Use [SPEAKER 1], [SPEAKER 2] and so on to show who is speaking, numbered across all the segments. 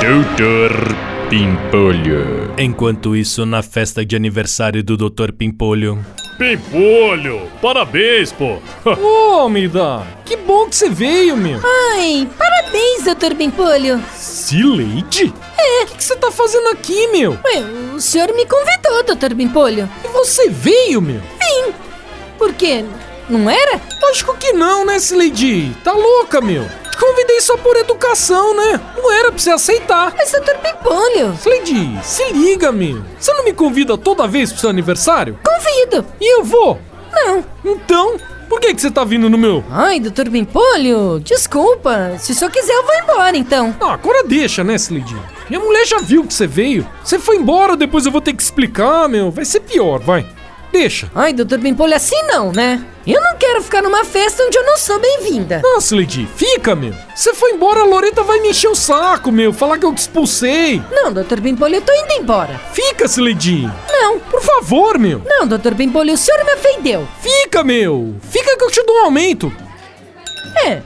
[SPEAKER 1] Doutor Pimpolho.
[SPEAKER 2] Enquanto isso, na festa de aniversário do Dr. Pimpolho.
[SPEAKER 3] Pimpolho, parabéns, pô.
[SPEAKER 4] Ô, Almeida, que bom que você veio, meu.
[SPEAKER 5] Ah. Ai, parabéns, doutor Pimpolho.
[SPEAKER 4] Sileide? É. O que que você tá fazendo aqui, meu?
[SPEAKER 5] Ué, o senhor me convidou, doutor Pimpolho.
[SPEAKER 4] E você veio, meu?
[SPEAKER 5] Por quê? Não era?
[SPEAKER 4] Lógico que não, né, Sileide? Tá louca, meu? Te convidei só por educação, né? Não era pra você aceitar.
[SPEAKER 5] Mas doutor Pimpolho,
[SPEAKER 4] Sileide, se liga, meu. Você não me convida toda vez pro seu aniversário?
[SPEAKER 5] convido.
[SPEAKER 4] E eu vou.
[SPEAKER 5] Não.
[SPEAKER 4] Então, por que que você tá vindo no meu?
[SPEAKER 5] Ai, doutor Pimpolho, desculpa. Se o senhor quiser, eu vou embora, então.
[SPEAKER 4] Ah, agora deixa, né, Sileide? Minha mulher já viu que você veio. Você foi embora, depois eu vou ter que explicar, meu. Vai ser pior, vai. Deixa.
[SPEAKER 5] Ai, doutor Pimpolho, assim não, né? Eu não quero ficar numa festa onde eu não sou bem-vinda.
[SPEAKER 4] Nossa, Lady, fica, meu. Você foi embora, a Loreta vai me encher o saco, meu. Falar que eu te expulsei.
[SPEAKER 5] Não, doutor Pimpolho, eu tô indo embora.
[SPEAKER 4] Fica, Lady.
[SPEAKER 5] Não,
[SPEAKER 4] Por favor, meu.
[SPEAKER 5] não, doutor Pimpolho, o senhor me ofendeu.
[SPEAKER 4] Fica, meu. Fica que eu te dou um aumento.
[SPEAKER 5] É,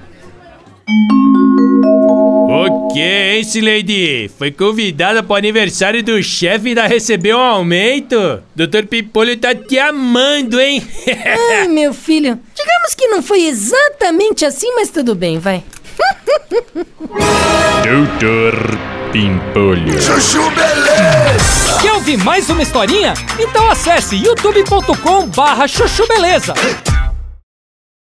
[SPEAKER 2] O que, hein, Lady? Foi convidada pro aniversário do chefe e ainda recebeu um aumento? Dr. Pipolho tá te amando, hein?
[SPEAKER 5] Ai, meu filho, digamos que não foi exatamente assim, mas tudo bem, vai.
[SPEAKER 1] Doutor Pimpolho.
[SPEAKER 4] Quer ouvir mais uma historinha? Então acesse youtube.com barra chuchu beleza.